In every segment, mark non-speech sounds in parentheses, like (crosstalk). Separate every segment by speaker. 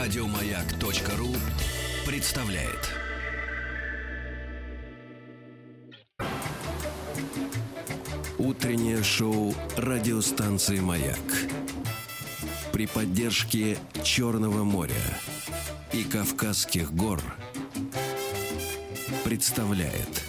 Speaker 1: Радиомаяк.ру представляет. Утреннее шоу радиостанции «Маяк» при поддержке Черного моря и Кавказских гор представляет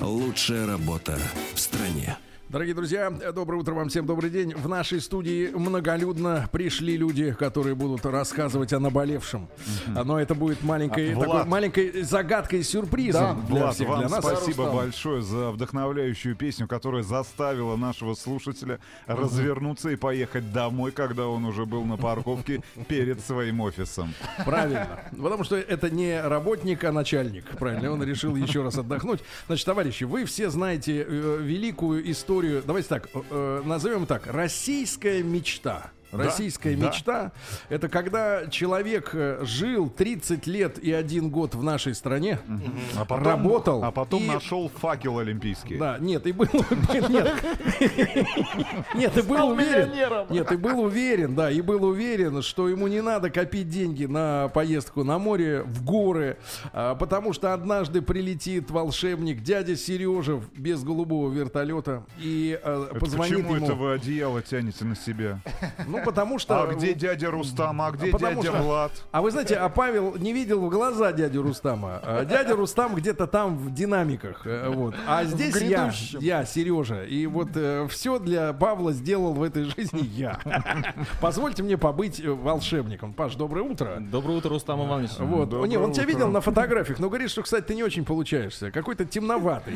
Speaker 1: лучшая работа в стране.
Speaker 2: Дорогие друзья, доброе утро вам всем, добрый день. В нашей студии многолюдно пришли люди, которые будут рассказывать о наболевшем. Но это будет маленькой,
Speaker 3: А, Влад.
Speaker 2: такой маленькой загадкой и сюрпризом для
Speaker 3: Влад,
Speaker 2: всех,
Speaker 3: вам
Speaker 2: для нас.
Speaker 3: спасибо
Speaker 2: Рустам.
Speaker 3: большое за вдохновляющую песню, которая заставила нашего слушателя развернуться и поехать домой, когда он уже был
Speaker 2: (laughs)
Speaker 3: на парковке перед своим офисом.
Speaker 2: Правильно. Потому что это не работник, а начальник. Правильно. Он решил еще раз отдохнуть. Значит, товарищи, вы все знаете э, великую историю. Давайте так, э, э, назовем так. Российская мечта. Российская
Speaker 3: да.
Speaker 2: мечта это когда человек э, жил 30 лет и один год в нашей стране,
Speaker 3: А
Speaker 2: работал.
Speaker 3: А потом
Speaker 2: и-
Speaker 3: нашел факел олимпийский.
Speaker 2: Да, нет, и был, (laughs) был- нет, нет, и был уверен, нет, и был уверен, да, и был уверен, что ему не надо копить деньги на поездку на море, в горы, а, потому что однажды прилетит волшебник дядя Сережа в- без голубого вертолета и а,
Speaker 3: Это
Speaker 2: позвонит
Speaker 3: Почему это
Speaker 2: ему.
Speaker 3: вы одеяло тянете на себя?
Speaker 2: Ну потому что.
Speaker 3: А где дядя Рустам? А где
Speaker 2: потому
Speaker 3: дядя
Speaker 2: что-
Speaker 3: Влад?
Speaker 2: А вы знаете, а Павел не видел в глаза дядю Рустама. А Дядя Рустам где-то там в динамиках. э, Вот. А здесь я,
Speaker 4: грядущем.
Speaker 2: я, Сережа. И вот все для Павла сделал в этой жизни я. Позвольте мне побыть э, волшебником. Паш, доброе утро.
Speaker 4: Доброе утро, Рустам Иванович.
Speaker 2: Вот.
Speaker 3: Доброе
Speaker 2: Не, он тебя
Speaker 3: утро.
Speaker 2: видел на фотографиях, но говорит, что, кстати, ты не очень получаешься. Какой-то
Speaker 3: Ну,
Speaker 2: темноватый.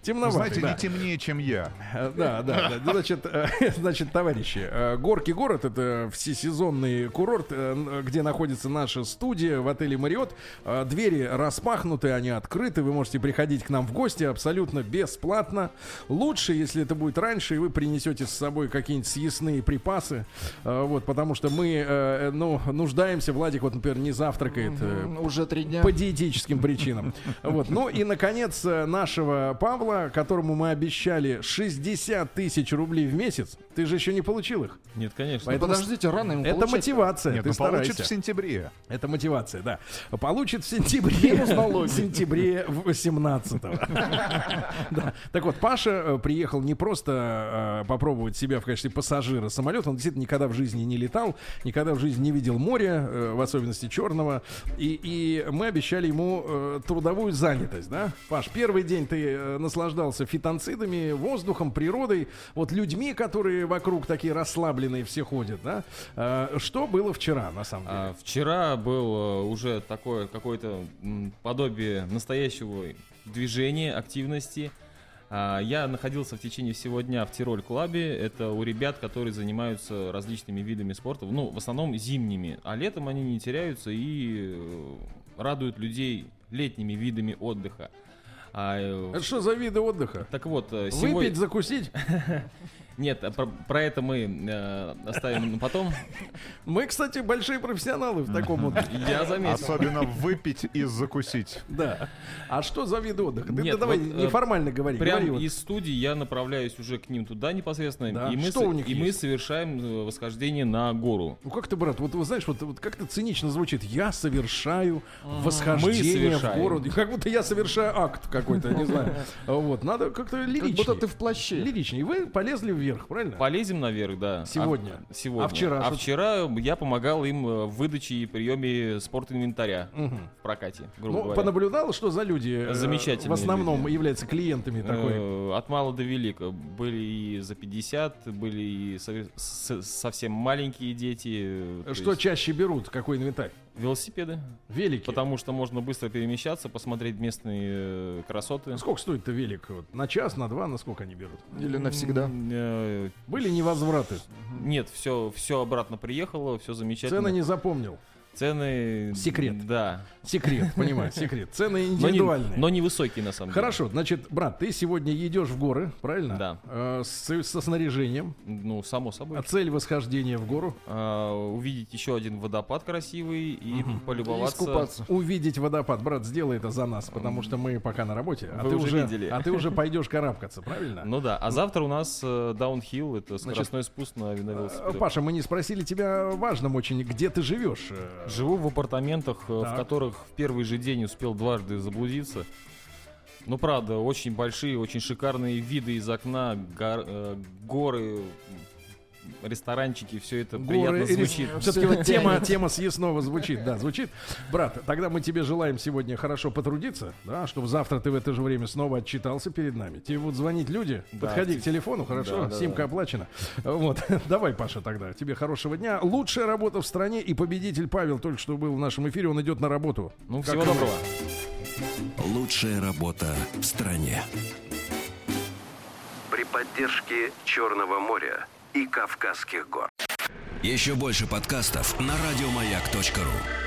Speaker 2: Темноватый,
Speaker 3: Знаете,
Speaker 2: да.
Speaker 3: не темнее, чем я.
Speaker 2: Э, (laughs) Да, да, да. Значит, э, (laughs) значит, товарищи, э, Горки город это всесезонный курорт, э, н- где находится наша студия в отеле Мариот. Э, Двери распахнуты, они открыты. Вы можете приходить к нам в гости абсолютно бесплатно. Лучше, если это будет раньше, и вы принесете с собой какие-нибудь съестные припасы. Э, Вот, потому что мы э, э, ну, нуждаемся. Владик, вот, например, не завтракает э,
Speaker 4: Уже три дня. Ну,
Speaker 2: по диетическим причинам. Вот. Ну и, наконец, э, нашего Павла, которому мы обещали 60 тысяч рублей в месяц. Ты же еще не получил их.
Speaker 4: Нет, конечно.
Speaker 2: Поэтому
Speaker 4: Подождите, рано ему
Speaker 2: Это мотивация.
Speaker 3: Ну, Нет,
Speaker 2: ты
Speaker 3: ну получит
Speaker 2: старайся.
Speaker 3: в сентябре.
Speaker 2: Это мотивация, да. Получит в сентябре. В сентябре 18 да. Так вот, Паша э, приехал не просто э, попробовать себя в качестве пассажира самолета, он действительно никогда в жизни не летал, никогда в жизни не видел моря, э, в особенности черного, и, и мы обещали ему э, трудовую занятость, да? Паш, первый день ты э, наслаждался фитонцидами, воздухом, природой, вот людьми, которые вокруг такие расслабленные все ходят, да? Э, Что было вчера, на самом деле?
Speaker 5: А, вчера был э, уже такое какое-то м, подобие настоящего движения, активности. А, я находился в течение всего дня в Тироль Клабе. Это у ребят, которые занимаются различными видами спорта, ну, в основном зимними. А летом они не теряются и э, радуют людей летними видами отдыха. А, э,
Speaker 2: Это что за виды отдыха?
Speaker 5: так вот, э,
Speaker 2: Выпить,
Speaker 5: сегодня...
Speaker 2: закусить?
Speaker 5: Нет, а про, про это мы э, оставим
Speaker 2: (laughs)
Speaker 5: на потом.
Speaker 2: Мы, кстати, большие профессионалы в таком отдыхе.
Speaker 5: Я заметил.
Speaker 3: Особенно выпить и закусить.
Speaker 2: Да. А что за вид отдыха? Ты
Speaker 5: Нет,
Speaker 2: да давай
Speaker 5: вот, э,
Speaker 2: неформально говори.
Speaker 5: Прям
Speaker 2: говори вот.
Speaker 5: из студии я направляюсь уже к ним туда непосредственно,
Speaker 2: Да.
Speaker 5: и, мы,
Speaker 2: Что
Speaker 5: со-
Speaker 2: у них
Speaker 5: и мы
Speaker 2: есть?
Speaker 5: совершаем э, восхождение на гору.
Speaker 2: Ну как ты, брат, вот, вот знаешь, вот, вот как то цинично звучит. Я совершаю
Speaker 5: Мы
Speaker 2: восхождение в
Speaker 5: совершаем.
Speaker 2: город. Как будто я совершаю акт какой-то, не
Speaker 5: (laughs)
Speaker 2: знаю. Вот, надо как-то
Speaker 4: Как
Speaker 2: лиричнее.
Speaker 4: будто ты в плаще.
Speaker 2: Лиричнее. Вы полезли вверх, правильно?
Speaker 5: Полезем наверх, да.
Speaker 2: Сегодня?
Speaker 5: А, сегодня.
Speaker 2: А вчера
Speaker 5: А
Speaker 2: что-то?
Speaker 5: вчера я помогал им э, в выдаче и приеме спортинвентаря
Speaker 2: Мгм.
Speaker 5: в прокате, грубо
Speaker 2: Ну,
Speaker 5: говоря.
Speaker 2: понаблюдал, что за люди э,
Speaker 5: Замечательные
Speaker 2: в основном
Speaker 5: люди.
Speaker 2: являются клиентами такой.
Speaker 5: Э, От мала до велика. Были и за 50, были и со- с- совсем маленькие дети. э, то
Speaker 2: Что
Speaker 5: есть
Speaker 2: чаще берут, какой инвентарь?
Speaker 5: Велосипеды.
Speaker 2: Велики.
Speaker 5: Потому что можно быстро перемещаться, посмотреть местные э, красоты.
Speaker 2: Сколько стоит-то велик? Вот на час, на два, на сколько они берут?
Speaker 4: Или навсегда.
Speaker 5: М, э,
Speaker 2: Были невозвраты.
Speaker 5: Нет, все, все обратно приехало, все замечательно.
Speaker 2: Цены не запомнил.
Speaker 5: Цены...
Speaker 2: Секрет.
Speaker 5: Да. (laughs)
Speaker 2: Секрет, понимаю, секрет. Цены
Speaker 5: Но не,
Speaker 2: индивидуальные.
Speaker 5: но невысокие, на самом
Speaker 2: Хорошо, значит, брат, ты сегодня идешь в горы, правильно?
Speaker 5: Да.
Speaker 2: Э, с- со снаряжением.
Speaker 5: деле. Ну, само собой.
Speaker 2: А цель восхождения в гору?
Speaker 5: А, увидеть еще один водопад красивый и полюбоваться.
Speaker 4: Искупаться.
Speaker 2: Увидеть водопад. Брат, сделай это за нас, потому что мы пока на работе. А
Speaker 5: Вы
Speaker 2: ты
Speaker 5: уже
Speaker 2: уже,
Speaker 5: видели.
Speaker 2: А ты
Speaker 5: (laughs)
Speaker 2: уже пойдешь карабкаться, правильно?
Speaker 5: Ну да, а завтра у нас э, даунхилл, это
Speaker 2: Значит,
Speaker 5: скоростной спуск на, на
Speaker 2: Э,
Speaker 5: велосипеде.
Speaker 2: Паша, мы не спросили тебя важным очень, где ты живешь. Э,
Speaker 5: Живу в апартаментах, э,
Speaker 2: Так.
Speaker 5: в которых в первый же день успел дважды заблудиться. Ну, правда, очень большие, очень шикарные виды из окна, гор- э, горы, м, ресторанчики, все это приятно
Speaker 2: или-
Speaker 5: звучит.
Speaker 2: Все-таки вот
Speaker 4: Всё
Speaker 2: тема,
Speaker 4: тянет.
Speaker 2: тема съестного звучит, да, звучит. Брат, тогда мы тебе желаем сегодня хорошо потрудиться, да, чтобы завтра ты в это же время снова отчитался перед нами. Тебе будут звонить люди,
Speaker 5: Да,
Speaker 2: подходи к
Speaker 5: ты-
Speaker 2: телефону, хорошо,
Speaker 5: да, да,
Speaker 2: симка
Speaker 5: да.
Speaker 2: оплачена. Вот, (laughs) давай, Паша, тогда тебе хорошего дня. Лучшая работа в стране и победитель Павел только что был в нашем эфире, он идет на работу.
Speaker 5: Ну,
Speaker 2: Как
Speaker 5: всего
Speaker 2: и мы.
Speaker 5: доброго.
Speaker 1: Лучшая работа в стране. При поддержке Черного моря и Кавказских гор. Еще больше подкастов на радиомаяк.ру.